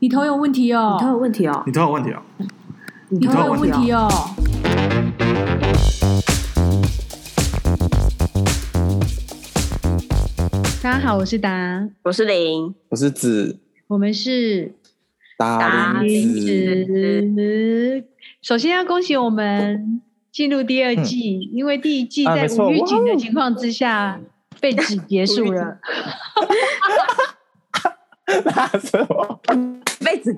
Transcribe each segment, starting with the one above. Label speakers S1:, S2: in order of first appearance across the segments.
S1: 你头有问题哦，
S2: 你头有问题哦，
S3: 你头有问题啊、
S2: 你
S1: 你头有
S2: 有
S1: 问
S2: 问
S1: 题
S2: 哦。
S1: 哦。大家好，我是达，
S4: 我是零，
S5: 我是指
S1: 我们是
S5: 达
S4: 达
S5: 林
S4: 林
S5: 子，
S1: 子。首先要恭喜我们进入第二季，因为第一季
S5: 啊
S1: 在
S5: 没错
S1: 无预警
S5: 哇
S1: 的
S5: 哦
S1: 情况之下被指结束 了。
S5: 那是我。。
S4: 被子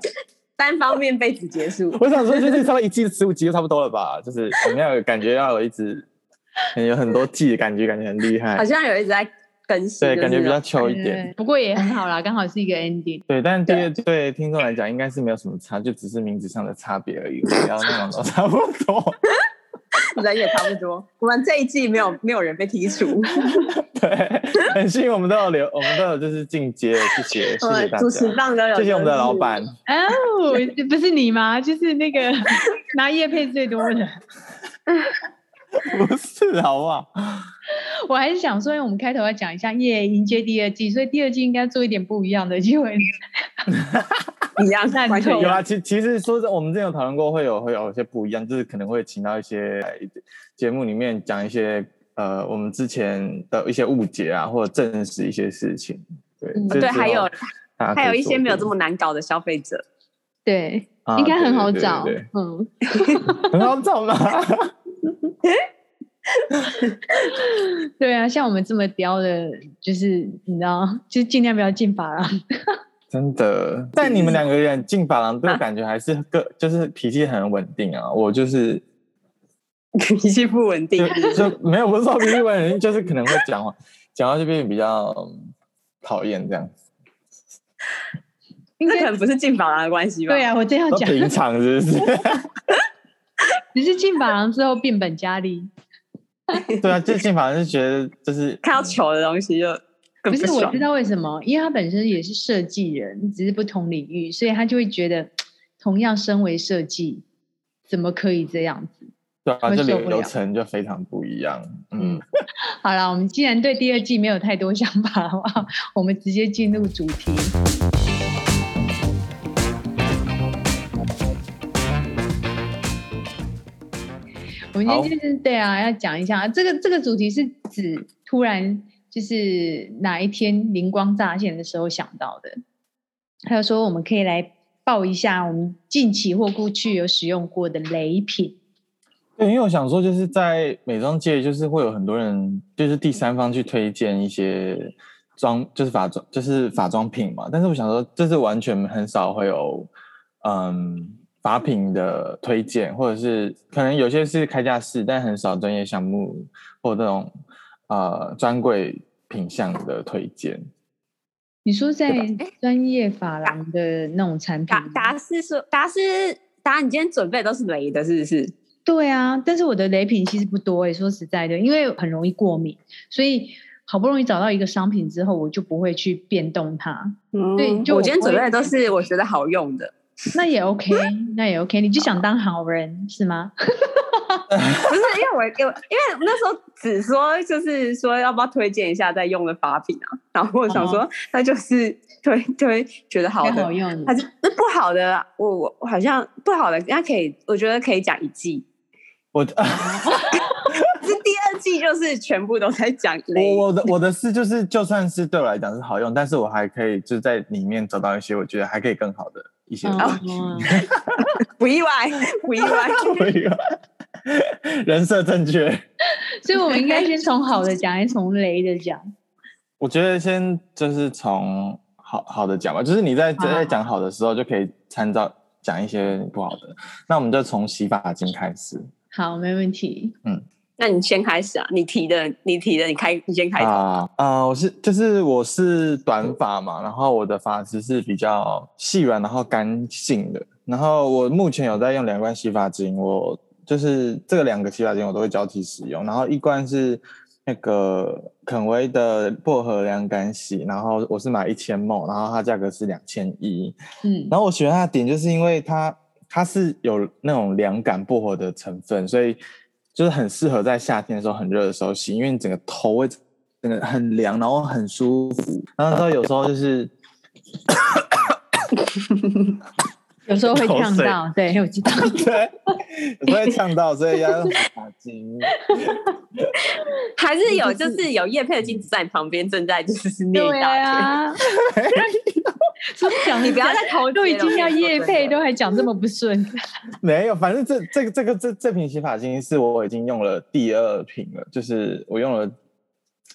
S4: 单方面被子结束
S5: 我想说，就是差不多一季十五集就差不多了吧？就是我们要有感觉要有一直有很多季的感觉，感觉很厉
S4: 好
S5: 害。
S4: 像有一直在更新，
S5: 对，
S4: 就是
S5: 感觉比较求一
S1: 对
S5: 点。
S1: 不过也很好啦，刚好是一个 ending。
S5: 对，但
S4: 啊
S5: 对对听众来讲，应该是没有什么差，就只是名字上的差别而已。不要那种都差不多。
S4: 人也差不多。我们这一季没 有没有人被剔除，
S5: 对，很幸运我们都有留，我们都有就是进阶，谢谢 谢
S4: 我
S5: 谢
S4: 们
S5: 大
S4: 主持
S5: 家，
S4: 棒都有。
S5: 谢谢我们的老 板。。
S1: 哦，不是你吗？就是那个 拿叶配最多的。
S5: 不是，好不好？
S1: 我还是想说，因为我们开头要讲一下耶，迎接第二季，所以第二季应该做一点不一样的，因为
S4: 一样，
S1: 那你
S4: 完全一
S5: 有
S4: 样。
S5: 啊，其其实说真的，我们之前有讨论过，会有会有一些不一样，就是可能会请到一些呃节目里面讲一些呃我们之前的一些误解啊，或者证实一些事情。对
S1: 嗯
S4: 对，
S5: 这之后
S4: 还有
S5: 大家可以
S4: 还有一些没有这
S5: 锁
S4: 么难搞的消费者，
S1: 对，
S5: 定啊
S1: 应该很好
S5: 对对
S1: 找。
S5: 对对
S1: 嗯，
S5: 对很好找吗？
S1: 对啊，像我们这么刁的，就是你知道，就是尽量不要进法了。
S5: 真的，但
S4: 嗯
S5: 你们两个人进法郎，
S4: 啊
S5: 对我感觉还是个就是脾气很稳定啊。我就是
S4: 脾气不稳定
S5: 就。就没有不是说脾气稳定，就是可能会讲话，讲话就变得比较嗯讨厌这样子。
S1: 应
S4: 那可
S1: 该
S4: 能不是进法郎的关系吧？
S1: 对，啊，我正要
S5: 都
S1: 讲，
S5: 平常是不是？
S1: 只是进法郎之后变本加厉。
S5: 对啊，最近反正是觉得就是嗯
S4: 看到球的东西就更
S1: 不是，我
S4: 爽
S1: 知。道为什么，因为他本身也是设计人，只是不同领域，所以他就会觉得，同样身为设计，怎么可以这样子？
S5: 对啊，
S1: 会
S5: 这
S1: 受
S5: 流
S1: 不
S5: 流
S1: 了
S5: 程就非常不一样。嗯，
S1: 好啦，我们既然对第二季没有太多想法，好不好？我们直接进入主题。我们今天就是对啊，要讲一下这个这个主题是指突然就是哪一天灵光乍现的时候想到的。还有说我们可以来报一下我们近期或过去有使用过的雷品。
S5: 对，因为我想说，就是在美妆界，就是会有很多人，就是第三方去推荐一些妆，就是法妆，就是法妆品嘛。但是我想说，这是完全很少会有，嗯，法品的推荐，或者是可能有些是开价式，但很少专业项目或这种呃专柜品项的推荐。
S1: 你说在专业发廊的那种产品
S4: 达
S1: 吗，
S4: 达斯说，达斯达，你今天准备的都是雷的，是不是？
S1: 对啊，但是我的雷品其实不多诶、说实在的，因为很容易过敏，所以好不容易找到一个商品之后，我就不会去变动它，
S4: 嗯
S1: 对就
S4: 我
S1: 我
S4: 今天
S1: 不会
S4: 准备的都是我觉得好用的，
S1: 那也 OK，那也 OK，你就想当好人是吗？
S4: 不是因为我有，因为那时候只说就是说要不要推荐一下在用的法品啊，然后我想说、那就是推推觉得好
S1: 哦太
S4: 的，
S1: 好用嗯
S4: 还
S1: 了，
S4: 是那不好的，啊我我我好像不好的，那可以我觉得可以讲一季，
S5: 我
S4: 这第二季就是全部都在讲雷，
S5: 我我的我的是就是，就算是对我来讲是好用，但是我还可以就是在里面找到一些我觉得还可以更好的一些。
S1: 哦，
S4: 不意外，不 意外，
S5: 啊 人设正确，
S1: 所以我们应该先从好的讲，还是从雷的讲？
S5: 我觉得先就是从好好的讲吧，就是你在
S1: 好好好
S5: 在讲好的时候就可以参照讲一些不好的。那我们就从洗发精开始
S1: 好，没问题。
S4: 那你先开始啊，你提的你提的，你开你先开头，
S5: 啊啊、我是就是我是短发嘛，然后我的发质是比较细软，然后干性的。然后我目前有在用两罐洗发精，我就是这个两个洗发精我都会交替使用，然后一罐是那个肯威的薄荷凉感洗，然后我是买一千梦，然后它价格是两千一，
S1: 嗯，
S5: 然后我喜欢它的点就是因为它它是有那种凉感薄荷的成分，所以就是很适合在夏天的时候很热的时候洗，因为你整个头会整个很凉，然后很舒服。然后到有时候就是
S1: 有时候会
S5: 口
S1: 呛
S5: 水
S1: 到，对，我 知道。
S5: 对，有时候会呛到，所以要用打精。
S4: 还是有就是有叶佩的镜子在你旁边，正在就是念一
S1: 对
S4: 大堆。
S1: 啊，所以讲
S4: 你不要再投
S1: 都已经要夜配，
S4: 都
S1: 都还讲这么不顺，
S5: 没有，反正这这个这个这这瓶洗发精是我已经用了第二瓶了，就是我用了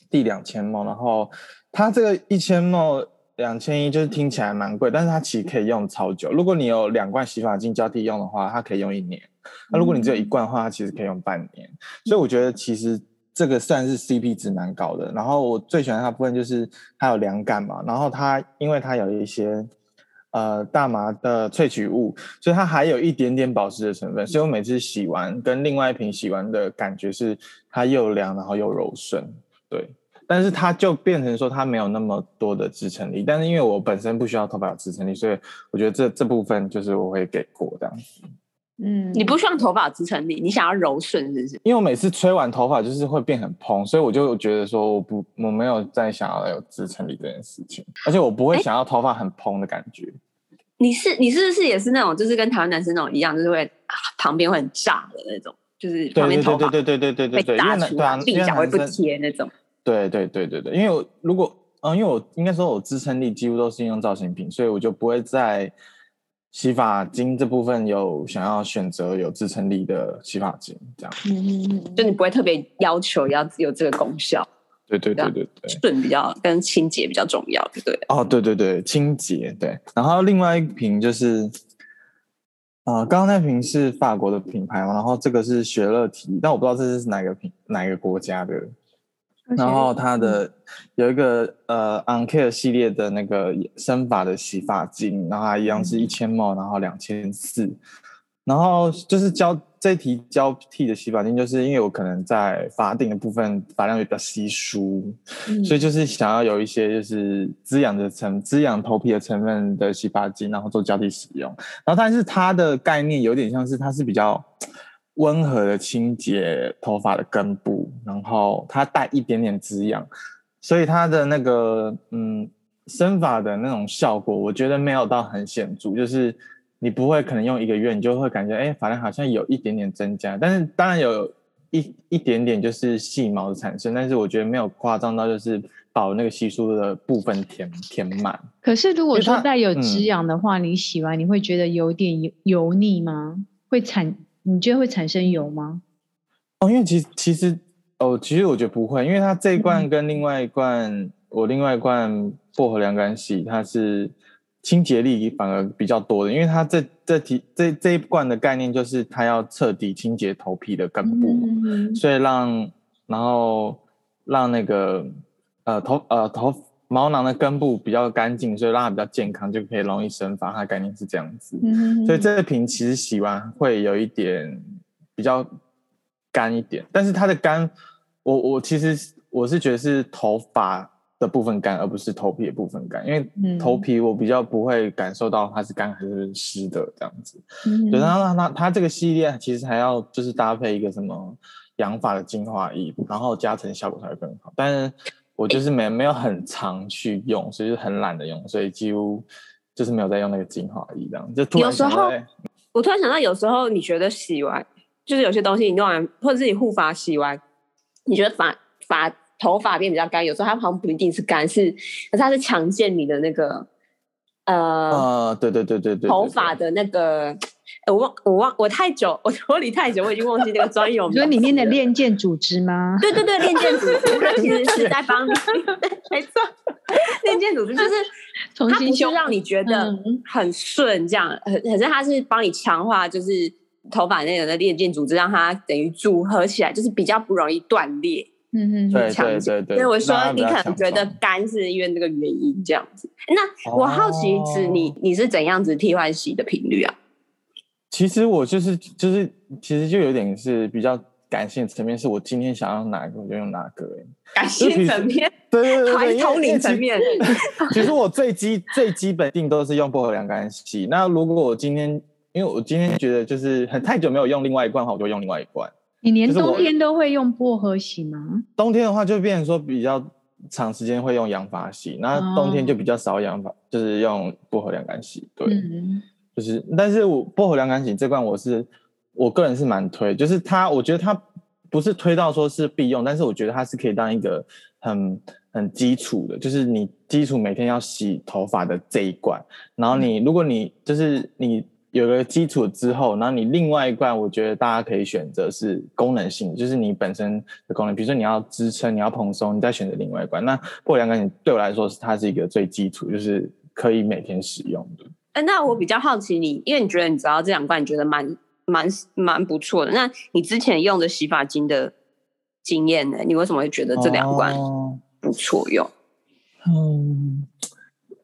S5: 第两千毛，然后它这个一千毛两千一就是听起来蛮贵，但是它其实可以用超久。如果你有两罐洗发精交替用的话，它可以用一年；那如果你只有一罐的话，它其实可以用半年。所以我觉得其实这个算是 CP 值蛮高的。然后我最喜欢它的部分就是它有凉感嘛，然后它因为它有一些呃大麻的萃取物，所以它还有一点点保湿的成分。所以
S4: 嗯
S5: 我每次洗完跟另外一瓶洗完的感觉是它又凉，然后又柔顺，对。但是它就变成说它没有那么多的支撑力，但是因为我本身不需要头发有支撑力，所以我觉得这这部分就是我会给过这样子。
S1: 嗯，
S4: 你不希望头发有支撑力，你想要柔顺，是不是？
S5: 因为我每次吹完头发就是会变很蓬，所以我就觉得说我不我没有再想要有支撑力这件事情，而且我不会想要头发很蓬的感觉。
S4: 你是你是不是也是那种就是跟台湾男生那种一样，就是会、啊旁边会很炸的那种，就是旁
S5: 对
S4: 边
S5: 对
S4: 头发
S5: 对对对对
S4: 被
S5: 对对对，因
S4: 炸
S5: 为男
S4: 出
S5: 对啊
S4: 来，，
S5: 因
S4: 鬓
S5: 为
S4: 角会
S5: 男
S4: 不
S5: 生
S4: 贴那种。
S5: 对对对对对，因为我如果嗯、因为我应该说我支撑力几乎都是用造型品，所以我就不会在洗发精这部分有想要选择有支撑力的洗发精这样。
S1: 嗯，
S4: 就你不会特别要求要有这个功效，
S5: 对对对
S4: 了
S5: 对对。
S4: 顺比较跟清洁比较重要，对不对？
S5: 哦，对对对，清洁对。然后另外一瓶就是，啊、刚刚那瓶是法国的品牌嘛，然后这个是雪乐提，但我不知道这是哪个品哪个国家的。
S1: 嗯
S5: 然后它的有一个呃 Uncare 系列的那个生发的洗发精，然后它一样是一千毛，然后两千四，然后就是交这题交替的洗发精，就是因为我可能在发定的部分发量比较稀疏，
S1: 嗯
S5: 所以就是想要有一些就是滋养的成滋养头皮的成分的洗发精，然后做交替使用。然后，但是它的概念有点像是它是比较温和的清洁头发的根部，然后它带一点点滋养，所以它的那个嗯生发的那种效果，我觉得没有到很显著，就是。你不会可能用一个月，你就会感觉哎，发量好像有一点点增加，但是当然有一一点点就是细毛的产生，但是我觉得没有夸张到就是把我那个稀疏的部分填填满。
S1: 可是如果
S5: 因为
S1: 说
S5: 它嗯
S1: 带有滋养的话，你洗完你会觉得有点油油腻吗？会产，你觉得会产生油吗？
S5: 哦，因为其实其实哦，其实我觉得不会，因为它这一罐跟另外一罐，我另外一罐薄荷凉感洗，它是清洁力反而比较多的，因为它这这题这这一罐的概念就是它要彻底清洁头皮的根部。
S1: 嗯
S5: 所以让然后让那个呃头呃头毛囊的根部比较干净，所以让它比较健康，就可以容易生发。它的概念是这样子，
S1: 嗯
S5: 所以这瓶其实洗完会有一点比较干一点，但是它的干，我我其实是我是觉得是头发。的部分干，而不是头皮的部分干，因为
S1: 嗯
S5: 头皮我比较不会感受到它是干还是湿的这样子。
S1: 嗯
S5: 对，然后它它它这个系列其实还要就是搭配一个什么养发的精华液，然后加成效果才会更好。但是我就是没没有很常去用，所以就是很懒得用，所以几乎就是没有在用那个精华液这样。就突然
S4: 有时候
S5: 想到哎
S4: 我突然想到，有时候你觉得洗完，就是有些东西你弄完，或者是你护发洗完，你觉得发发头发变比较干，有时候它好像不一定是干，是可是它是强健你的那个呃、
S5: 呃，对对对对对对，
S4: 头发的
S5: 对
S4: 那个。呃我忘我忘我太久 我脱离太久，我已经忘记那个专有
S1: 你
S4: 名词
S1: 说
S4: 了。
S1: 里面的链腱组织吗？
S4: 对对对，练剑组织它其实是 在帮你， 没错，练剑组织就是
S1: 重
S4: 它
S1: 新
S4: 不是
S1: 修
S4: 让你觉得
S1: 嗯
S4: 很顺这样，很很是它是帮你强化就是头发内的那链腱组织，让它等于组合起来，就是比较不容易断裂。
S1: 嗯嗯
S5: 对
S4: 强
S5: 对
S4: 健
S5: 对
S4: 所
S5: 对。
S4: 以我
S5: 让
S4: 说
S5: 它比
S4: 你
S5: 较
S4: 可能
S5: 强
S4: 觉得
S5: 壮
S4: 干是因为那个原因这样子。那我好奇子
S5: 哦
S4: 你你是怎样子替换洗的频率啊？
S5: 其实我就是就是，其实就有点是比较感性的层面，是我今天想要哪个我就用哪个、欸。
S4: 感
S5: 就比
S4: 性
S5: 如
S4: 层面
S5: 对对对对，
S4: 还是
S5: 因为
S4: 通
S5: 因
S4: 灵
S5: 为其
S4: 层 面？
S5: 其实我最基最基本定都是用薄荷凉干洗。那如果我今天，因为我今天觉得就是很太久没有用另外一罐的话，我就用另外一罐。
S1: 你连
S5: 就是我
S1: 冬天都会用薄荷洗吗？
S5: 冬天的话就变成说比较长时间会用养发洗，那冬天
S4: 哦
S5: 就比较少养发，就是用薄荷凉感洗。对，
S1: 嗯，
S5: 就是，但是我薄荷凉感洗这罐我是我个人是蛮推，就是它，我觉得它不是推到说是必用，但是我觉得它是可以当一个很很基础的，就是你基础每天要洗头发的这一罐，然后
S4: 嗯
S5: 你如果你就是你有了基础之后，然后你另外一罐，我觉得大家可以选择是功能性，就是你本身的功能，比如说你要支撑，你要蓬松，你再选择另外一罐。那薄荷凉感洗对我来说是它是一个最基础，就是可以每天使用的。
S4: 哎，那我比较好奇你，因为你觉得你知道这两罐，你觉得蛮蛮蛮不错的。那你之前用的洗发精的经验呢？你为什么会觉得这两罐
S5: 哦
S4: 不错用？
S5: 嗯，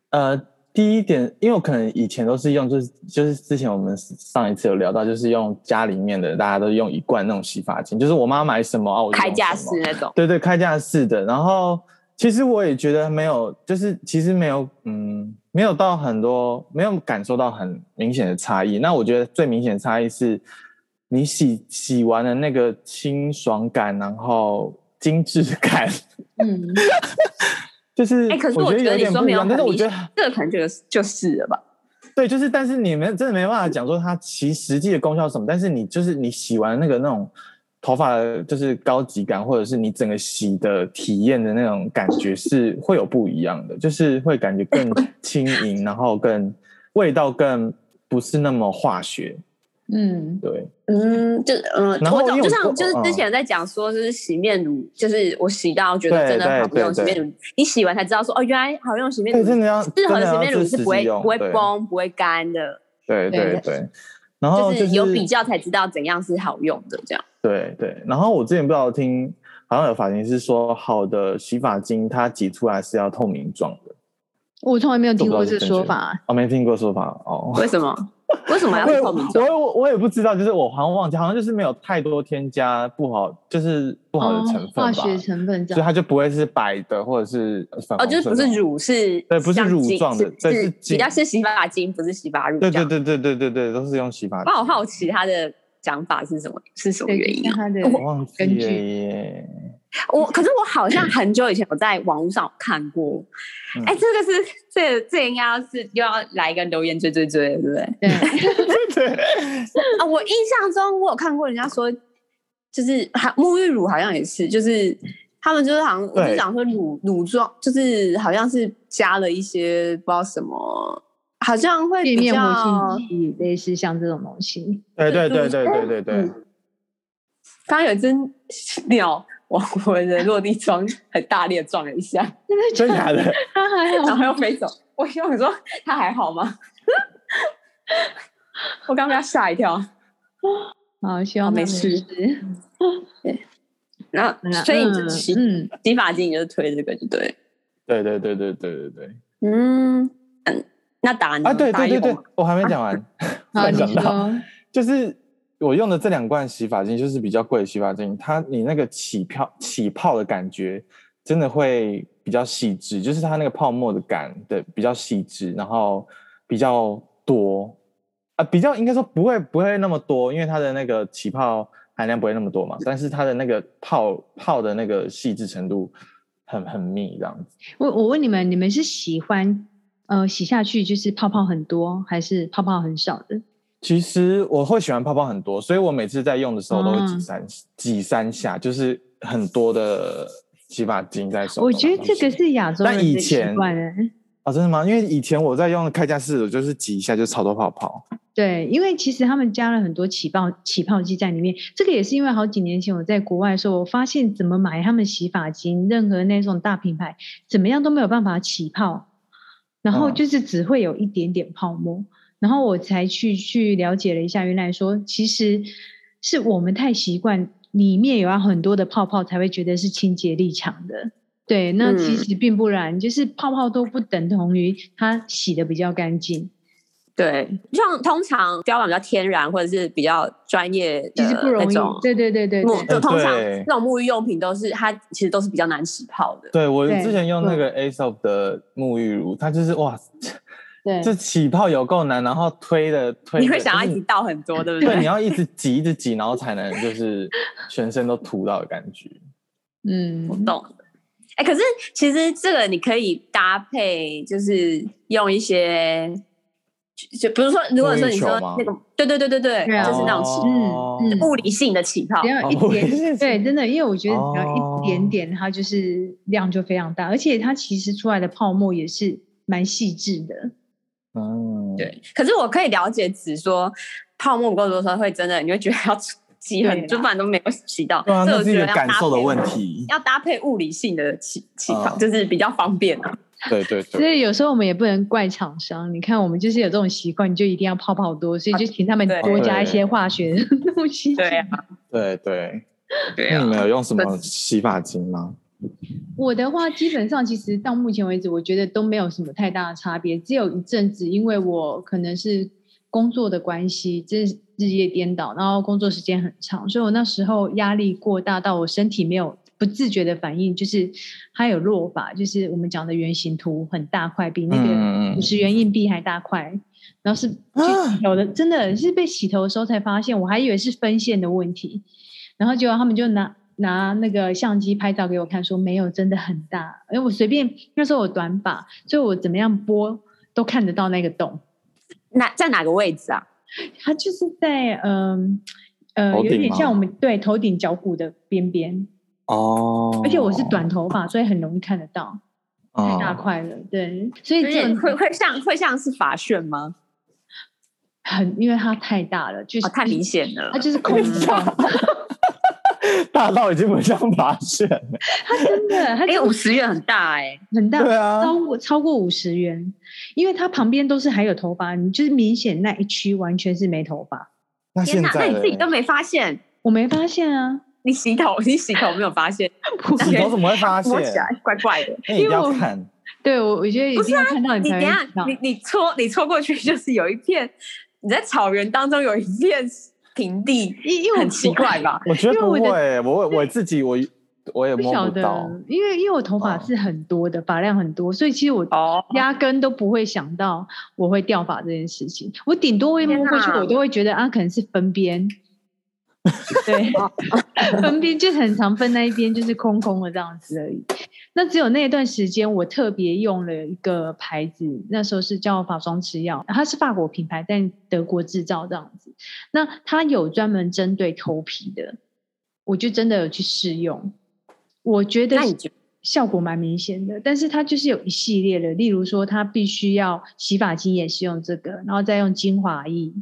S5: 呃，第一点，因为我可能以前都是用，就是就是之前我们上一次有聊到，就是用家里面的，大家都用一罐那种洗发精，就是我妈买什么啊，我就用
S4: 开架
S5: 什
S4: 式
S5: 么
S4: 那种，
S5: 对对，开架式的。然后其实我也觉得没有，就是其实没有，嗯，没有到很多，没有感受到很明显的差异。那我觉得最明显的差异是，你洗洗完的那个清爽感，然后精致感，
S1: 嗯，
S5: 就是
S4: 哎可是
S5: 我
S4: 我
S5: 觉得
S4: 觉得
S5: 有
S4: 你
S5: 点
S4: 说
S5: 不
S4: 没
S5: 一
S4: 有
S5: 样，但是
S4: 很
S5: 我
S4: 明
S5: 觉得
S4: 这个可能就是就是了吧？
S5: 对，就是，但是你没真的没办法讲说它其实际的功效是什么，但是你就是你洗完那个那种头发的就是高级感，或者是你整个洗的体验的那种感觉是会有不一样的，就是会感觉更轻盈，然后更味道更不是那么化学，
S1: 嗯，
S5: 对，
S4: 嗯，就嗯，
S5: 然后
S4: 我
S5: 因
S4: 懂，
S5: 为我
S4: 就像就是
S5: 嗯
S4: 之前在讲说，就是洗面乳，就是我洗到觉得
S5: 对
S4: 真的好
S5: 对对
S4: 用洗面
S5: 对
S4: 乳，你洗完才知道说哦，原来好用洗面
S5: 对，
S4: 乳，
S5: 真的要
S4: 适合
S5: 真的
S4: 的洗
S5: 要
S4: 面乳
S5: 去
S4: 是
S5: 实
S4: 不会
S5: 际用
S4: 不会
S5: 对
S4: 崩、不会干的，
S5: 对
S1: 对
S5: 对对，然后
S4: 就是有比较才知道怎样是好用的这样。
S5: 对对，然后我之前不知道听，好像有发型师说，好的洗发精它挤出来是要透明状的。
S1: 我从来没有听过
S5: 我不知道
S1: 这
S5: 是
S1: 个
S5: 正
S1: 说
S5: 确
S1: 法，
S5: 哦，没听过说法哦。
S4: 为什么？为什 么要
S5: 我也
S4: 是透明状？
S5: 我我我也不知道，就是我好像忘记，好像就是没有太多添加不好，就是不好的
S1: 哦
S5: 成分吧，
S1: 化学成分这
S5: 所以
S1: 样，
S5: 它就不会是白的或者是粉
S4: 哦，
S5: 红
S4: 就是
S5: 色
S4: 不是
S5: 的
S4: 乳是
S5: 对不是
S4: 像
S5: 乳
S4: 精
S5: 状的
S4: 是
S5: 对是
S4: 是
S5: 精
S4: 比较是洗发精，不是洗发乳这
S5: 对对
S4: 样。
S5: 对对对对对，都是用洗发
S4: 我
S5: 精。
S4: 好好奇他的讲法是什么，是什么
S1: 对，
S4: 原
S1: 就
S4: 因
S1: 像
S4: 啊？
S1: 它的
S5: 我忘记
S1: 根据
S5: 了耶。
S4: 我可是我好像很久以前有在网络上有看过，
S5: 嗯
S4: 哎、这个是这个这个应该要是又要来一个留言追追追了，对不对？
S1: 对，
S5: 对，
S4: 啊，我印象中我有看过人家说，就是还沐浴乳好像也是，就是他们就是好像我
S5: 对
S4: 就想说乳乳妆，就是好像是加了一些不知道什么，好像会
S1: 界
S4: 比
S1: 面
S4: 较
S1: 活性剂类似像这种东西，
S5: 对对对对 对对对
S4: 嗯，刚刚有一只鸟往我的落地窗很大力的撞了一下，
S5: 真假的？
S1: 它还
S4: 然
S1: 好，
S4: 后又飞走。我心想说它还好吗？ 我刚被它吓一跳。
S1: 好，啊希望
S4: 哦
S1: 它
S4: 没
S1: 没
S4: 事
S1: 事。
S4: 然后，所以
S1: 嗯
S4: 洗
S1: 嗯，
S4: 洗发精你就推这个就对了。
S5: 对对对对对对对。
S4: 嗯，嗯，那打你
S5: 啊，对对对对，我还没 讲完，
S1: 好，
S5: 没
S1: 啊你
S5: 讲到。
S1: 说，
S5: 就是我用的这两罐洗发精，就是比较贵的洗发精，它你那个起泡起泡的感觉真的会比较细致，就是它那个泡沫的感的比较细致，然后比较多啊，比较应该说不会不会那么多，因为它的那个起泡含量不会那么多嘛，但是它的那个泡泡的那个细致程度很很密这样子。
S1: 我我问你们，你们是喜欢呃洗下去就是泡泡很多，还是泡泡很少的？
S5: 其实我会喜欢泡泡很多，所以我每次在用的时候都会
S4: 嗯
S5: 挤三、挤三下，就是很多的洗发精在手中。
S1: 我觉得这个是亚洲
S5: 但
S1: 人
S5: 以
S1: 的习
S5: 前
S1: 惯欸。
S5: 哦，真的吗？因为以前我在用开架式的，就是挤一下就超多泡泡。
S1: 对，因为其实他们加了很多起泡起泡剂在里面，这个也是因为好几年前我在国外的时候，我发现怎么买他们洗发精，任何那种大品牌，怎么样都没有办法起泡，然后
S5: 嗯
S1: 就是只会有一点点泡沫，然后我才去去了解了一下，原来说其实是我们太习惯里面有要很多的泡泡才会觉得是清洁力强的，对，那其
S4: 嗯
S1: 实并不然，就是泡泡都不等同于它洗的比较干净。
S4: 对，像通常标榜比较天然或者是比较专业的
S1: 其实不容
S4: 那
S1: 易
S4: 种，
S1: 对对对对
S4: 沐，
S1: 对
S4: 就通常
S5: 对
S4: 那种沐浴用品都是它其实都是比较难洗泡的。
S5: 对我
S1: 对
S5: 之前用那个
S4: 嗯
S5: Aesop 的沐浴乳，它就是哇，
S1: 对
S5: 这起泡有够难，然后推的推的，
S4: 你会想要
S5: 就是
S4: 一直倒很多，对不
S5: 对，你
S4: 对？
S5: 要一直挤一直挤，然后才能就是全身都涂到的感觉。
S1: 嗯，
S4: 我懂。哎、可是其实这个你可以搭配，就是用一些，就就比如说，如果说你
S5: 沐
S4: 说
S5: 浴球吗
S4: 那个，对对对对 对，啊
S1: 对啊
S4: 就是那种气
S5: 哦
S1: 嗯嗯
S4: 物理性的起泡
S1: 只，要一
S5: 哦
S1: 点，
S5: 是
S1: 对，真的，因为我觉得只要
S5: 哦
S1: 一点点，它就是量就非常大，而且它其实出来的泡沫也是蛮细致的。
S5: 嗯，
S4: 对。可是我可以了解，只说泡沫不够多的时候，会真的你会觉得要挤
S1: 对啦
S4: 很，就反正都没有洗到。
S5: 对啊，
S4: 所以
S5: 那
S4: 我
S5: 是
S4: 觉
S5: 一个
S4: 得要
S5: 感
S4: 搭
S5: 受的
S4: 配
S5: 问， 题。
S4: 要搭配物理性的起起泡，
S5: 嗯
S4: 就是比较方便啊。
S5: 对对
S1: 所
S5: 对，
S1: 以有时候我们也不能怪厂商，你看我们就是有这种习惯，就一定要泡泡多，所以就请他们
S4: 对
S1: 多加一些化学的东西。
S4: 对啊，
S5: 对对。
S4: 对
S5: 那
S4: 啊
S5: 你。们有用什么
S4: 对
S5: 洗发精吗？
S1: 我的话，基本上其实到目前为止，我觉得都没有什么太大的差别，只有一阵子，因为我可能是工作的关系，这日夜颠倒，然后工作时间很长，所以我那时候压力过大，到我身体没有不自觉的反应，就是它有落发，就是我们讲的圆形图很大块，比那个
S5: 嗯嗯
S1: 五
S5: 嗯，
S1: 十元硬币还大块。然后是
S5: 啊
S1: 去洗头的，真的是被洗头的时候才发现，我还以为是分线的问题，然后结果他们就拿拿那个相机拍照给我看，说没有，真的很大。因为我随便那时候我短发，所以我怎么样拨都看得到那个洞，
S4: 哪在哪个位置啊？
S1: 它就是在嗯呃
S5: 头
S1: 有
S5: 顶
S1: 点
S5: 吗
S1: 像我们对头顶脚骨的边边，
S5: 哦，
S1: 而且我是短头发，所以很容易看得到，太大
S5: 哦，
S1: 块了，对，所以
S4: 有
S1: 只有
S4: 点会会像会像是法旋吗？
S1: 很因为它太大了，就是、
S4: 哦，太明，显了
S1: 它。就是 空洞。
S5: 大到已经不像发旋了。
S1: 它真的，它
S4: 哎，
S1: 真
S4: 五
S1: 的
S4: 十元很大哎、
S1: 很大，
S5: 对啊
S1: 超过超过五十元，因为它旁边都是还有头发，你就是明显那一区完全是没头发，
S5: 那
S4: 天
S5: 现
S4: 哪，那
S5: 在
S4: 你自己
S5: 嘞
S4: 都没发现？
S1: 我没发现啊，
S4: 你洗头，你洗头没有发 现？
S5: 洗头怎么会发现
S4: 摸？起来怪怪的。
S5: 那你一定
S1: 因为
S5: 要
S1: 我
S5: 看
S1: 对我我觉得一
S4: 不啊
S1: 定要看到你
S4: 你
S1: 才会
S4: 等一下
S1: 知道，
S4: 你你戳你戳过去，就是有一片你在草原当中有一片平地，
S1: 因因为我
S4: 很奇怪吧？
S5: 我觉得
S1: 因为
S5: 不
S1: 我的
S5: 会，我我自己我我也
S1: 我不
S5: 摸
S1: 晓
S5: 不到
S1: 得，因为因为我头发
S5: 哦
S1: 是很多的，发量很多，所以其实我
S4: 哦，
S1: 压根都不会想到我会掉发这件事情。我顶多会
S4: 天
S1: 摸过去，
S4: 哪
S1: 我都会觉得啊，可能是分 边。对，
S4: 哦
S1: 分边就是很常分那一边就是空空的这样子而已。那只有那一段时间，我特别用了一个牌子，那时候是叫法霜吃药，它是法国品牌，但德国制造这样子。那它有专门针对头皮的，我就真的有去试用，我觉得
S4: 那你觉得
S1: 效果蛮明显的。但是它就是有一系列的，例如说它必须要洗发精也是用这个，然后再用精华液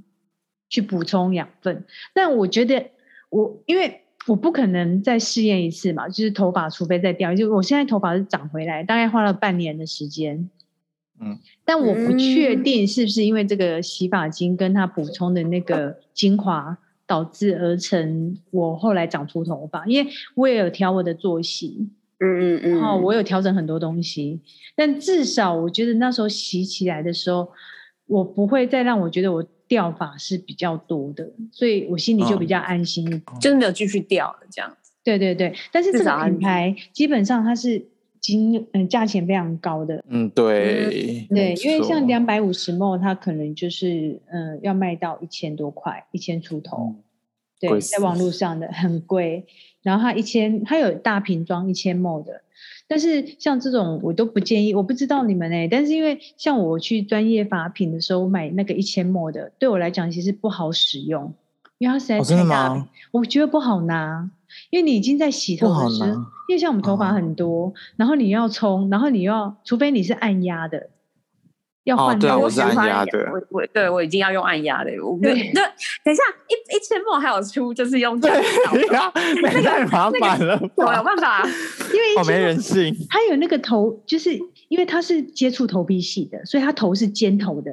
S1: 去补充养分。但我觉得我因为。我不可能再试验一次嘛，就是头发除非再掉，就我现在头发是长回来，大概花了半年的时间。但我不确
S4: 嗯
S1: 定是不是因为这个洗发精跟它补充的那个精华导致而成我后来长出头发，因为我也有调我的作息，
S4: 嗯嗯
S1: 然后
S4: 嗯，
S1: 我有调整很多东西，但至少我觉得那时候洗起来的时候，我不会再让我觉得我掉发是比较多的，所以我心里就比较安心一点。
S4: 就是没有继续掉了这样。
S1: 对对对，但是
S4: 至
S1: 这
S4: 少
S1: 个
S4: 安
S1: 品牌基本上它是金嗯价钱非常高的，
S5: 嗯，对
S1: 对
S5: 没，
S1: 因为像
S5: 错
S1: 两百五十 ml，它可能就是嗯、呃要卖到一千多块，一千出头。
S5: 嗯
S1: 对，
S5: 贵
S1: 在
S5: 死
S1: 网络上的很贵，然后它一千，它有大瓶装一千 ml 的，但是像这种我都不建议，我不知道你们哎、但是因为像我去专业法品的时候，我买那个一千 ml 的，对我来讲其实不好使用，因为它实在
S5: 哦，真的
S1: 太大瓶
S5: 吗？
S1: 我觉得不好拿，因为你已经在洗头
S5: 不好
S1: 的时候
S5: 拿，
S1: 因为像我们头发
S5: 哦
S1: 很多，然后你要冲，然后你要，除非你是按压的，要
S5: 哦
S1: 换
S5: 对啊
S1: 到
S5: 我是按压的
S4: 我我对我已经要用按压的，我
S1: 对
S4: 对，等一下一一千墨还有出，就是用
S5: 对 呀，那太麻烦了
S4: 我有
S5: 吧？
S4: 办法，
S1: 因为一
S5: 好哦没
S1: 千
S5: 人性。
S1: 它有那个头，就是因为它是接触头皮系的，所以它头是尖头的。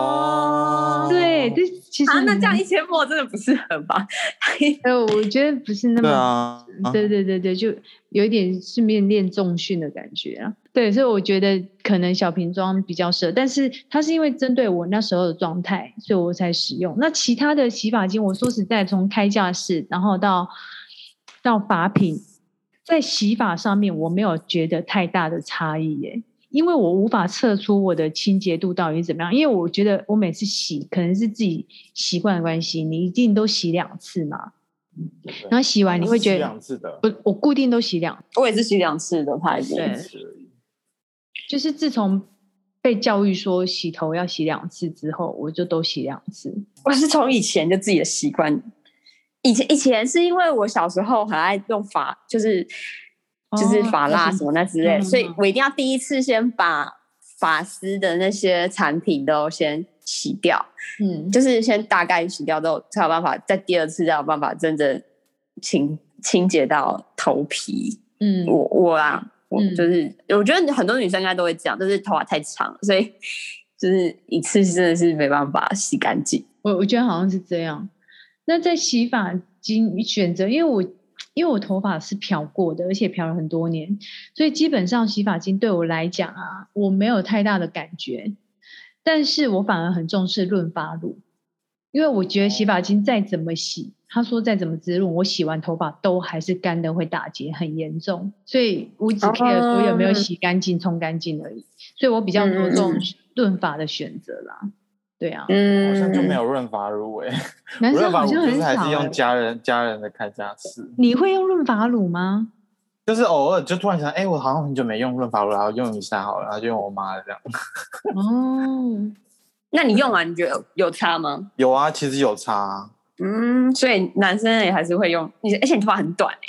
S5: 哦
S1: 对，这其实
S4: 啊，那
S1: 你
S4: 这样一千墨真的不适合吧？
S1: 呃，我觉得不是那
S5: 对
S1: 么。
S5: 啊，
S1: 对对对对，就有一点顺便练重训的感觉啊。对，所以我觉得可能小瓶装比较适合，但是它是因为针对我那时候的状态，所以我才使用。那其他的洗发精，我说实在，从开架式，然后到到发品，在洗发上面，我没有觉得太大的差异耶。因为我无法测出我的清洁度到底是怎么样，因为我觉得我每次洗可能是自己习惯的关系，你一定都洗两次嘛，然后洗完你会觉得
S5: 是嗯两次的，
S1: 我我固定都洗两，
S4: 我也是洗两次的牌子，
S1: 对
S5: 一次而已
S1: 就是自从被教育说洗头要洗两次之后，我就都洗两次。
S4: 我是从以前就自己的习惯。以前以前是因为我小时候很爱用发，就是
S1: 哦
S4: 就是发蜡
S1: 就是
S4: 什么那之类，
S1: 嗯嗯嗯
S4: 所以我一定要第一次先把发丝的那些产品都先洗掉，
S1: 嗯，
S4: 就是先大概洗掉之后，才有办法在第二次才有办法真正清清洁到头皮。
S1: 嗯，
S4: 我我啊，我
S1: 嗯
S4: 就是、我觉得很多女生应该都会这样，就是头发太长了，所以就是一次真的是没办法洗干净。
S1: 我我觉得好像是这样。那在洗发精选择，因为我因为我头发是漂过的，而且漂了很多年，所以基本上洗发精对我来讲啊，我没有太大的感觉，但是我反而很重视润发乳，因为我觉得洗发精再怎么洗，他说再怎么滋润，我洗完头发都还是干的，会打结很严重，所以我只 care 我有没有
S4: 哦
S1: 洗干净、冲干净而已，所以我比较着重
S4: 嗯嗯
S1: 润发的选择啦。对啊，
S4: 嗯，
S5: 好像就没有润发乳哎，
S1: 男
S5: 我
S1: 生
S5: 润 发
S1: 好
S5: 乳
S1: 像
S5: 就
S1: 很
S5: 是
S1: 少、
S5: 还是
S1: 欸
S5: 用家人家人的开架式，
S1: 你会用润发乳 吗？
S5: 就是偶尔就突然想，哎，我好像很久没用润发乳，然后用一下好了，然后就用我妈的这样。
S1: 哦，
S4: 那你用啊完你觉得有有差吗？
S5: 有啊，其实有差啊，
S4: 嗯，所以男生也还是会用，你而且你头发很短、欸，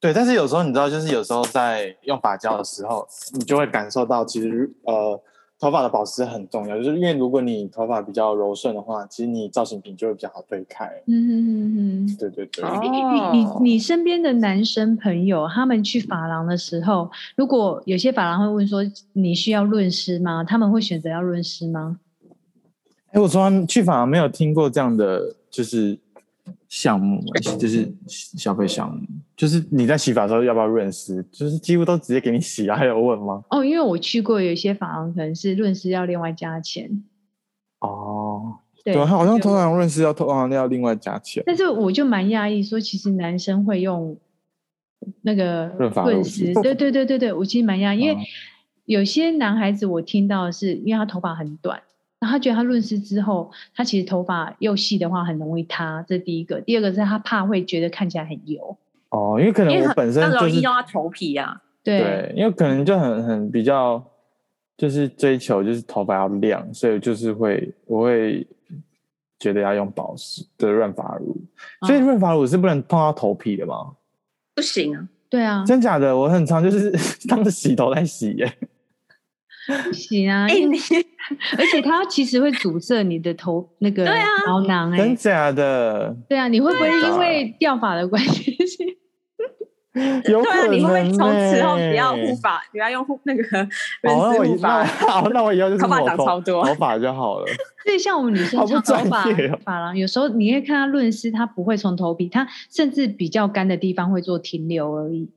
S5: 对，但是有时候你知道，就是有时候在用发胶的时候，你就会感受到，其实呃，头发的保湿很重要，就是因为如果你头发比较柔顺的话，其实你造型品就会比较好推开。
S1: 嗯哼哼哼。
S5: 对对对，
S4: 哦
S1: 你你你身边的男生朋友，他们去发廊的时候，如果有些发廊会问说你需要润湿吗？他们会选择要润湿吗？
S5: 哎，我从来去发廊没有听过这样的就是项目，就是消费项目，就是你在洗发的时候要不要润湿，就是几乎都直接给你洗啊，还有问吗？
S1: 哦，因为我去过有一些发廊，可能是润湿要另外加钱。
S5: 哦，
S1: 对，
S5: 好像
S1: 对
S5: 通常润湿要通常要另外加钱。
S1: 但是我就蛮讶异，说其实男生会用那个
S5: 润发
S1: 润
S5: 乳
S1: 湿，对对对对对，我其实蛮讶异，因为
S5: 嗯
S1: 有些男孩子我听到的是，因为他头发很短，然后他觉得他润湿之后，他其实头发又细的话很容易塌，这第一个，第二个是他怕会觉得看起来很油，
S5: 哦，因为可能
S4: 因为
S5: 我
S4: 很
S5: 本身
S4: 很
S5: 就
S4: 容易
S5: 是
S4: 用到头皮啊。
S1: 对，
S5: 对，因为可能就很很比较，就是追求就是头发要亮，所以就是会我会觉得要用保湿的润发乳，所以
S1: 嗯
S5: 润发乳是不能碰到头皮的嘛？
S4: 不行啊，
S1: 对 啊，
S5: 真假的？我很常就是 当着洗头在洗耶、
S1: 不行啊，
S4: 哎、
S1: 因为
S4: 你
S1: 而且它其实会阻塞你的头那个
S4: 对啊
S1: 毛囊哎、
S5: 真假的？
S1: 对啊，你会不会
S5: 对啊
S1: 因为掉发的关系？
S5: 有
S4: 对
S5: 可
S4: 啊，
S5: 能、欸。欸
S4: 你会不会从此后不要护发，不要用护那个
S5: 好，那
S4: 润
S5: 我
S4: 丝护
S5: 以那
S4: 发？
S5: 我 好，那我以后就是
S4: 头发
S5: 抹
S4: 长超多
S5: 头发就好了。
S1: 所以像我们女生
S5: 好不
S1: 长头
S5: 专
S1: 发
S5: 业哦
S1: 发廊，有时候你会看她论丝，她不会从头皮，她甚至比较干的地方会做停留而已。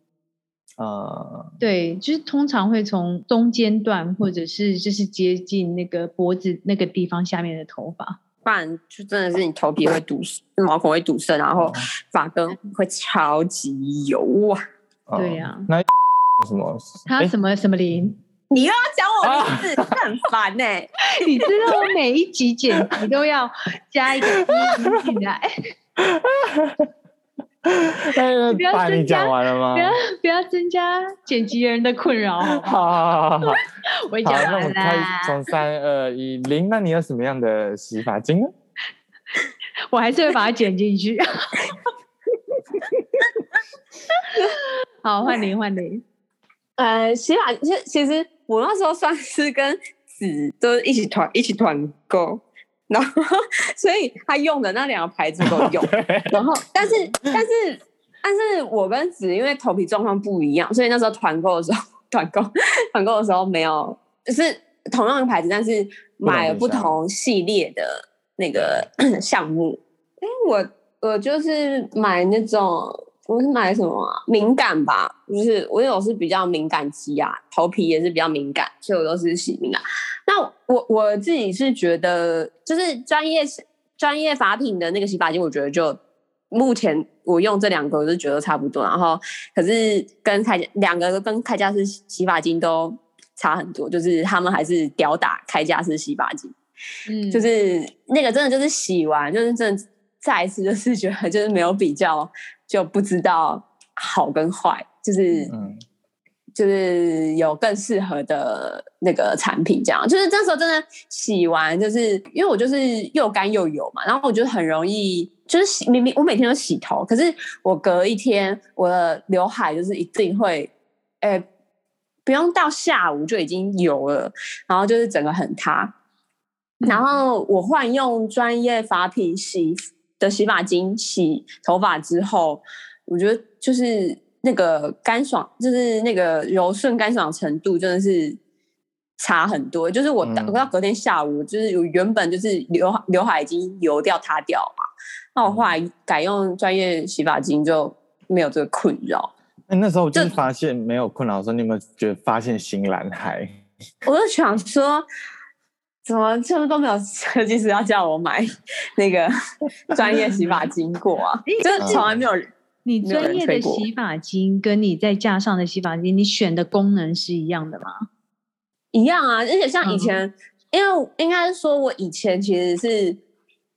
S5: 呃，
S1: 对，就是通常会从中间段或者是就是接近那个脖子那个地方下面的头发。
S4: 不然就真的是你头皮会堵，毛孔会堵塞，然后发根会超级油哇！
S5: 呃
S1: 对啊
S5: 那 什么？
S1: 她
S5: 哎
S1: 什么、什么林，
S4: 你又要讲我名字，真的很烦欸呢、
S1: 你知道我每一集剪辑都要加 一个音进来，
S5: 那
S1: 不要
S5: 哎爸，你
S1: 增加
S5: 讲完了吗
S1: 不？要不要增加剪辑人的困扰好吗？
S5: 好好好好好。
S1: 我
S5: 好，
S1: 讲
S5: 那我
S1: 完
S5: 们开
S1: 啦，
S5: 从三二一零，那你有什么样的洗发精呢？，
S1: 我还是会把它剪进去。好，换你换你。
S4: 呃，洗发其实其实我那时候算是跟子都一起团一起团购，然后 所以他用的那两个牌子都有
S5: 对，
S4: 然后嗯但是但是但是我跟子因为头皮状况不一样，所以那时候团购的时候 团购团购的时候没有，就是同样的牌子，但是买了
S5: 不
S4: 不
S5: 同品项
S4: 同系列的那个 项目。哎，我我就是买那种，我是买什么啊、敏感吧，就是我有是比较敏感肌啊，头皮也是比较敏感，所以我都是洗敏感。那我我自己是觉得，就是专业专业法品的那个洗发精，我觉得就目前我用这两个，我就觉得差不多。然后可是跟开两个都跟开架式洗发精都差很多，就是他们还是吊打开架式洗发精。
S1: 嗯，
S4: 就是那个真的就是洗完，就是真的再一次就是觉得就是没有比较就不知道好跟坏，就是
S5: 嗯，
S4: 就是有更适合的那个产品，这样就是那时候真的洗完，就是因为我就是又干又油嘛，然后我就很容易就是洗，明明我每天都洗头，可是我隔一天我的刘海就是一定会，诶、呃不用到下午就已经油了，然后就是整个很塌。然后我换用专业发品洗的洗发精洗头发之后，我觉得就是那个干爽，就是那个柔顺干爽程度真的是差很多。就是我到、
S5: 嗯
S4: 我到隔天下午，就是我原本就是刘刘海已经油掉塌掉嘛，那我后来改用专业洗发精就没有这个困扰。
S5: 那哎你那时候就是
S4: 这
S5: 发现没有困扰的时候，你有没有觉得发现新蓝海？
S4: 我就想说，怎么就是都没有设计师要叫我买 那个专业洗发精过啊？就是从来没有人，
S1: 你
S4: 没有
S1: 专
S4: 人
S1: 业
S4: 吹
S1: 的
S4: 过
S1: 洗发精跟你在架上的洗发精，你选的功能是一样的吗？
S4: 一样啊，而且像以前，因为应该是说我以前其实是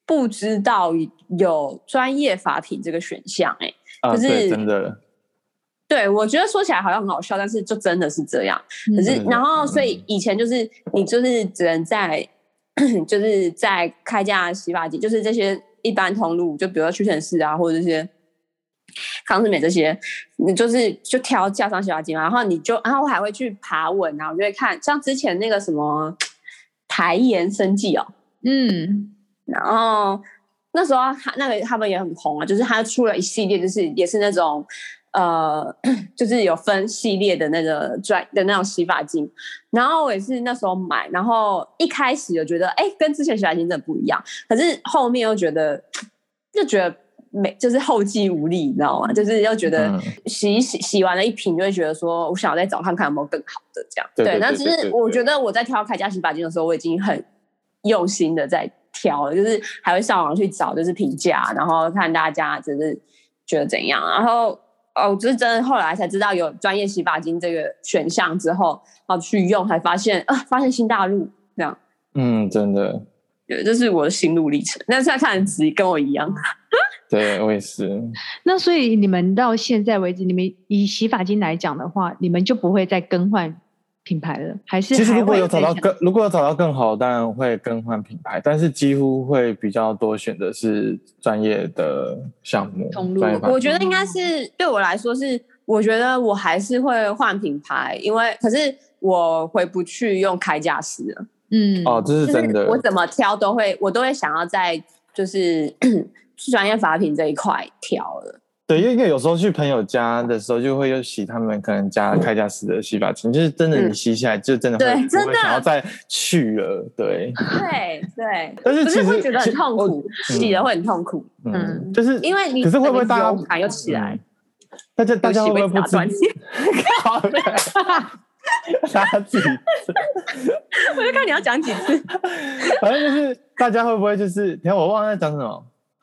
S4: 不知道有专业法品这个选项、欸，
S5: 啊，
S4: 就是
S5: 对，真的，
S4: 对我觉得说起来好像很好笑，但是就真的是这样。可
S5: 对
S4: 是
S5: 对，对
S4: 然后，所
S5: 嗯
S4: 以以前就是你就是只能在， 就是在开价洗发剂，就是这些一般通路，就比如说屈臣氏啊，或者这些康士美这些，你就是就挑架上洗发精嘛，然后你就，然后我还会去爬文啊，我就会看，像之前那个什么台盐生计哦，
S1: 嗯，
S4: 然后那时候他那个他们也很红啊，就是他出了一系列，就是也是那种呃，就是有分系列的那个专的那种洗发精。然后我也是那时候买，然后一开始就觉得哎，跟之前洗发精真的不一样，可是后面又觉得就觉得。没，就是后继无力，你知道吗？就是又觉得
S5: 嗯
S4: 洗一洗洗完了一瓶，就会觉得说，我想要再找看看有没有更好的这样。
S5: 对对
S4: 那
S5: 对
S4: 只
S5: 对
S4: 是
S5: 对
S4: 我
S5: 对
S4: 觉得我在挑凯佳洗发精的时候，我已经很用心的在挑了，就是还会上网去找，就是评价，然后看大家就是觉得怎样。然后哦，我就是真的后来才知道有专业洗发精这个选项之后，然后去用才发现啊、发现新大陆这样。
S5: 嗯，真的，
S4: 对，这是我的心路历程。但是现在看人只跟我一样，
S5: 对我也是，
S1: 那所以你们到现在为止，你们以洗发精来讲的话，你们就不会再更换品牌了，还是
S5: 其实
S1: 还
S5: 如果
S1: 会
S5: 有找到
S1: 再想
S5: 更，如果有找到更好，当然会更换品牌，但是几乎会比较多选择是专业的项目
S1: 通，路
S5: 专业
S1: 吧
S5: 版
S4: 我觉得应该是对我来说是，我觉得我还是会换品牌，因为可是我回不去用开架式了。
S1: 嗯
S5: 哦，这是
S4: 就是
S5: 真的，
S4: 我怎么挑都会，我都会想要在就是 专业法品这一块挑 了。
S5: 对，因为因为有时候去朋友家的时候，就会有洗他们可能家开架式的洗发精，就是真的你
S4: 嗯
S5: 洗起来就真的会、
S4: 对
S5: 不
S4: 真
S5: 会
S4: 的
S5: 想要再去了，对。
S4: 对对，
S5: 但是
S4: 不
S5: 其
S4: 是
S5: 实
S4: 会觉得很痛，苦，
S5: 嗯
S4: 洗了会很痛苦，
S5: 其嗯，
S1: 嗯
S5: 就是
S4: 因为你
S5: 可是会不
S4: 那
S5: 会
S4: 个
S5: 大家
S4: 油感又起来
S5: 嗯，大家大家
S4: 有
S5: 会
S4: 洗
S5: 不
S4: 被
S5: 会不
S4: 打
S5: 知
S4: 断。
S5: 道？ 大家自己，
S4: 我就看你要讲几次。
S5: 反正就是大家会不会就是，你看我忘了在讲什么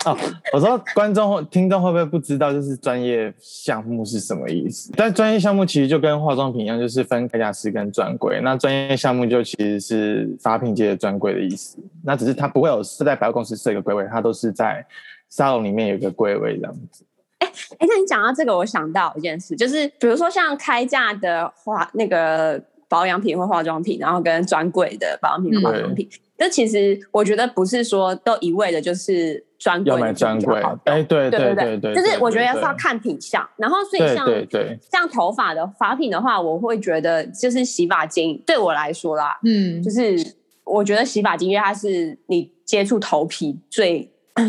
S5: 哦，我说观众或听众会不会不知道，就是专业项目是什么意思？但专业项目其实就跟化妆品一样，就是分开价师跟专柜。那专业项目就其实是发品界的专柜的意思。那只是它不会有是在百货公司设一个柜位，它都是在沙龙里面有一个柜位这样子。
S4: 哎，那你讲到这个，我想到一件事，就是比如说像开价的化那个保养品或化妆品，然后跟专柜的保养品和化
S5: 嗯
S4: 妆品，那、其实我觉得不是说都一味的就是专柜
S5: 要
S4: 的
S5: 买
S4: 比较
S5: 专柜
S4: 好，
S5: 哎，对
S4: 对
S5: 对
S4: 对就是我觉得是要看品相，然后所以
S5: 对
S4: 像
S5: 对对，
S4: 像头发的发品的话，我会觉得就是洗发精对我来说啦，
S1: 嗯
S4: 就，是我觉得洗发精，因为它是你接触头皮最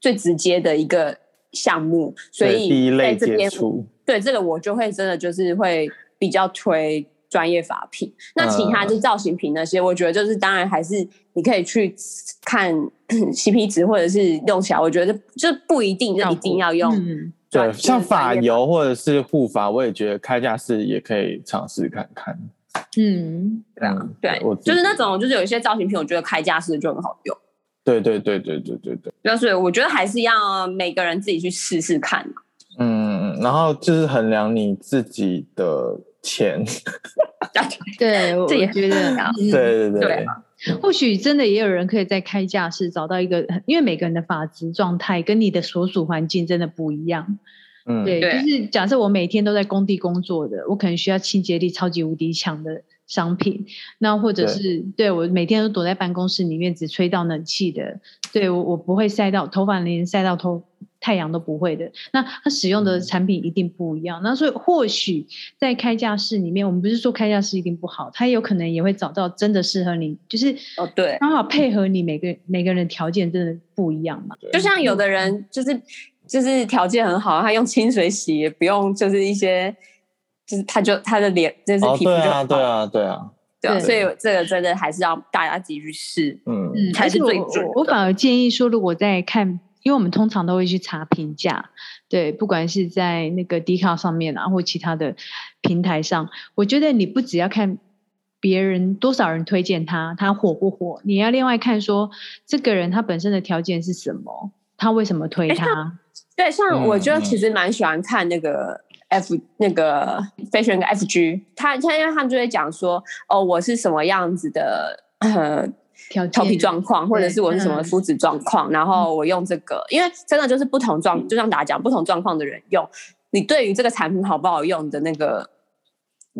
S4: 最直接的一个项目，所
S5: 对
S4: 以
S5: 第一类
S4: 在这
S5: 接
S4: 边
S5: 触，
S4: 对这个我就会真的就是会比较推专业法品。那其
S5: 嗯
S4: 他就造型品那些，我觉得就是当然还是你可以去看 CP 值，或者是用起来，我觉得就不一定就一定要用。
S1: 嗯
S5: 对，像发
S4: 专业
S5: 油或者是护发，我也觉得开架式也可以尝试看看。
S1: 嗯，
S5: 对啊，
S4: 对
S5: 我，
S4: 就是那
S5: 自己，
S4: 种，就是有一些造型品，我觉得开架式就很好用。
S5: 对对对对对对对，
S4: 对啊，所以我觉得还是要每个人自己去试试看。
S5: 嗯，然后就是衡量你自己的钱，
S1: 对，我
S4: 这也
S1: 觉得，嗯
S5: 对对
S4: 对啊
S5: 对，
S1: 或许真的也有人可以在开架式找到一个，因为每个人的发质状态跟你的所属环境真的不一样。
S5: 嗯，
S1: 对，
S4: 对
S1: 就是假设我每天都在工地工作的，我可能需要清洁力超级无敌强的商品，那或者
S5: 对
S1: 是对我每天都躲在办公室里面只吹到冷气的，对我我不会晒到头发，连晒到头太阳都不会的。那它使用的
S5: 嗯
S1: 产品一定不一样。那所以或许在开架式里面，我们不是说开架式一定不好，它有可能也会找到真的适合你，就是
S4: 哦对
S1: 刚好配合你每个每个人的条件真的不一样嘛。
S5: 对
S4: 就像有的人就是就是条件很好，他用清水洗也不用，就是一些就是他就他的脸就是
S5: 哦，
S4: 皮肤
S5: 对
S4: 就
S5: 啊，
S4: 很好
S5: 对，啊，对啊，
S4: 对啊，
S1: 对
S4: 所以这个真的还是要大家自己去试。
S5: 嗯，
S1: 嗯，
S4: 才
S1: 而
S4: 是
S1: 且我
S4: 最准
S1: 我我
S4: 的
S1: 反而建议说，如果在看，因为我们通常都会去查评价，对，不管是在那个 d 卡上面啊，或其他的平台上，我觉得你不只要看。别人多少人推荐他，他火不火？你要另外看说这个人他本身的条件是什么，他为什么推
S4: 诶
S1: 他？
S4: 对，像
S5: 嗯
S4: 我就
S5: 嗯
S4: 其实蛮喜欢看那个 F、那个 Fashion 跟 FG，他他因为他们就会讲说，哦，我是什么样子的。呃，
S1: 条件
S4: 头皮状况，或者
S1: 对
S4: 是我是什么
S1: 嗯
S4: 肤质状况，然后我用这个，因为真的就是不同状，就像大家讲，不同状况的人用，你对于这个产品好不好用的那个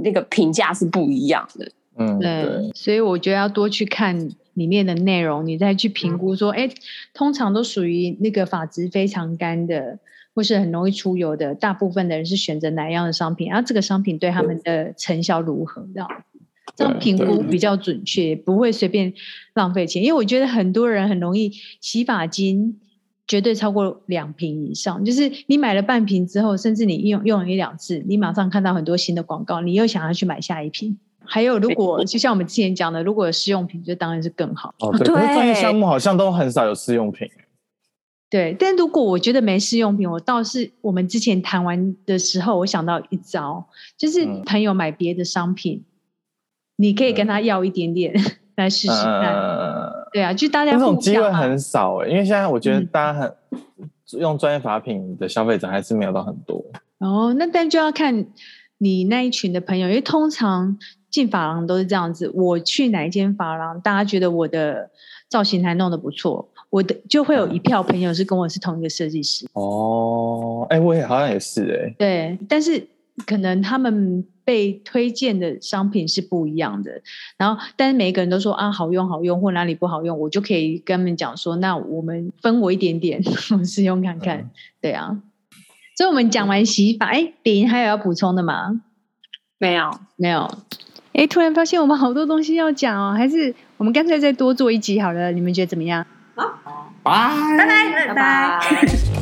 S4: 那个评价是不一样的。
S5: 嗯，
S1: 对
S5: 对，，
S1: 所以我觉得要多去看里面的内容，你再去评估
S5: 嗯
S1: 说，哎、通常都属于那个发质非常干的，或是很容易出油的，大部分的人是选择哪样的商品，然后这个商品对他们的成效如何，这样这样
S5: 对
S1: 评估
S5: 对
S1: 比较准确，不会随便浪费钱。因为我觉得很多人很容易洗发精。绝对超过两瓶以上，就是你买了半瓶之后，甚至你用用了一两次，你马上看到很多新的广告，你又想要去买下一瓶。还有，如果就像我们之前讲的，如果有试用品，就当然是更好。
S5: 哦，对，可是专业
S4: 对
S5: 项目好像都很少有试用品，
S1: 对，但如果我觉得没试用品，我倒是我们之前谈完的时候，我想到一招，就是
S5: 嗯
S1: 朋友买别的商品，你可以跟他要一点点 来试试看。
S5: 嗯，
S1: 对啊，就大家
S5: 这种
S1: 互
S5: 机会
S1: 相嘛
S5: 很少哎，因为现在我觉得
S1: 嗯
S5: 大家很用专业法品的消费者还是没有到很多，
S1: 哦，那但就要看你那一群的朋友，因为通常进发廊都是这样子。我去哪一间发廊，大家觉得我的造型还弄得不错，我的就会有一票朋友是跟我是同一个设计师。
S5: 哦，哎，我也好像也是
S1: 对，但是可能他们被推荐的商品是不一样的。然后，但是每一个人都说啊好用好用，或哪里不好用，我就可以跟他们讲说，那我们分我一点点， 我试用看看。
S5: 嗯
S1: 对啊，所以我们讲完洗发，哎，顶还有要补充的吗？
S4: 没有，
S1: 没有。哎，突然发现我们好多东西要讲哦，还是我们干脆再多做一集好了？你们觉得怎么样？
S5: 哎，拜。
S4: 拜拜。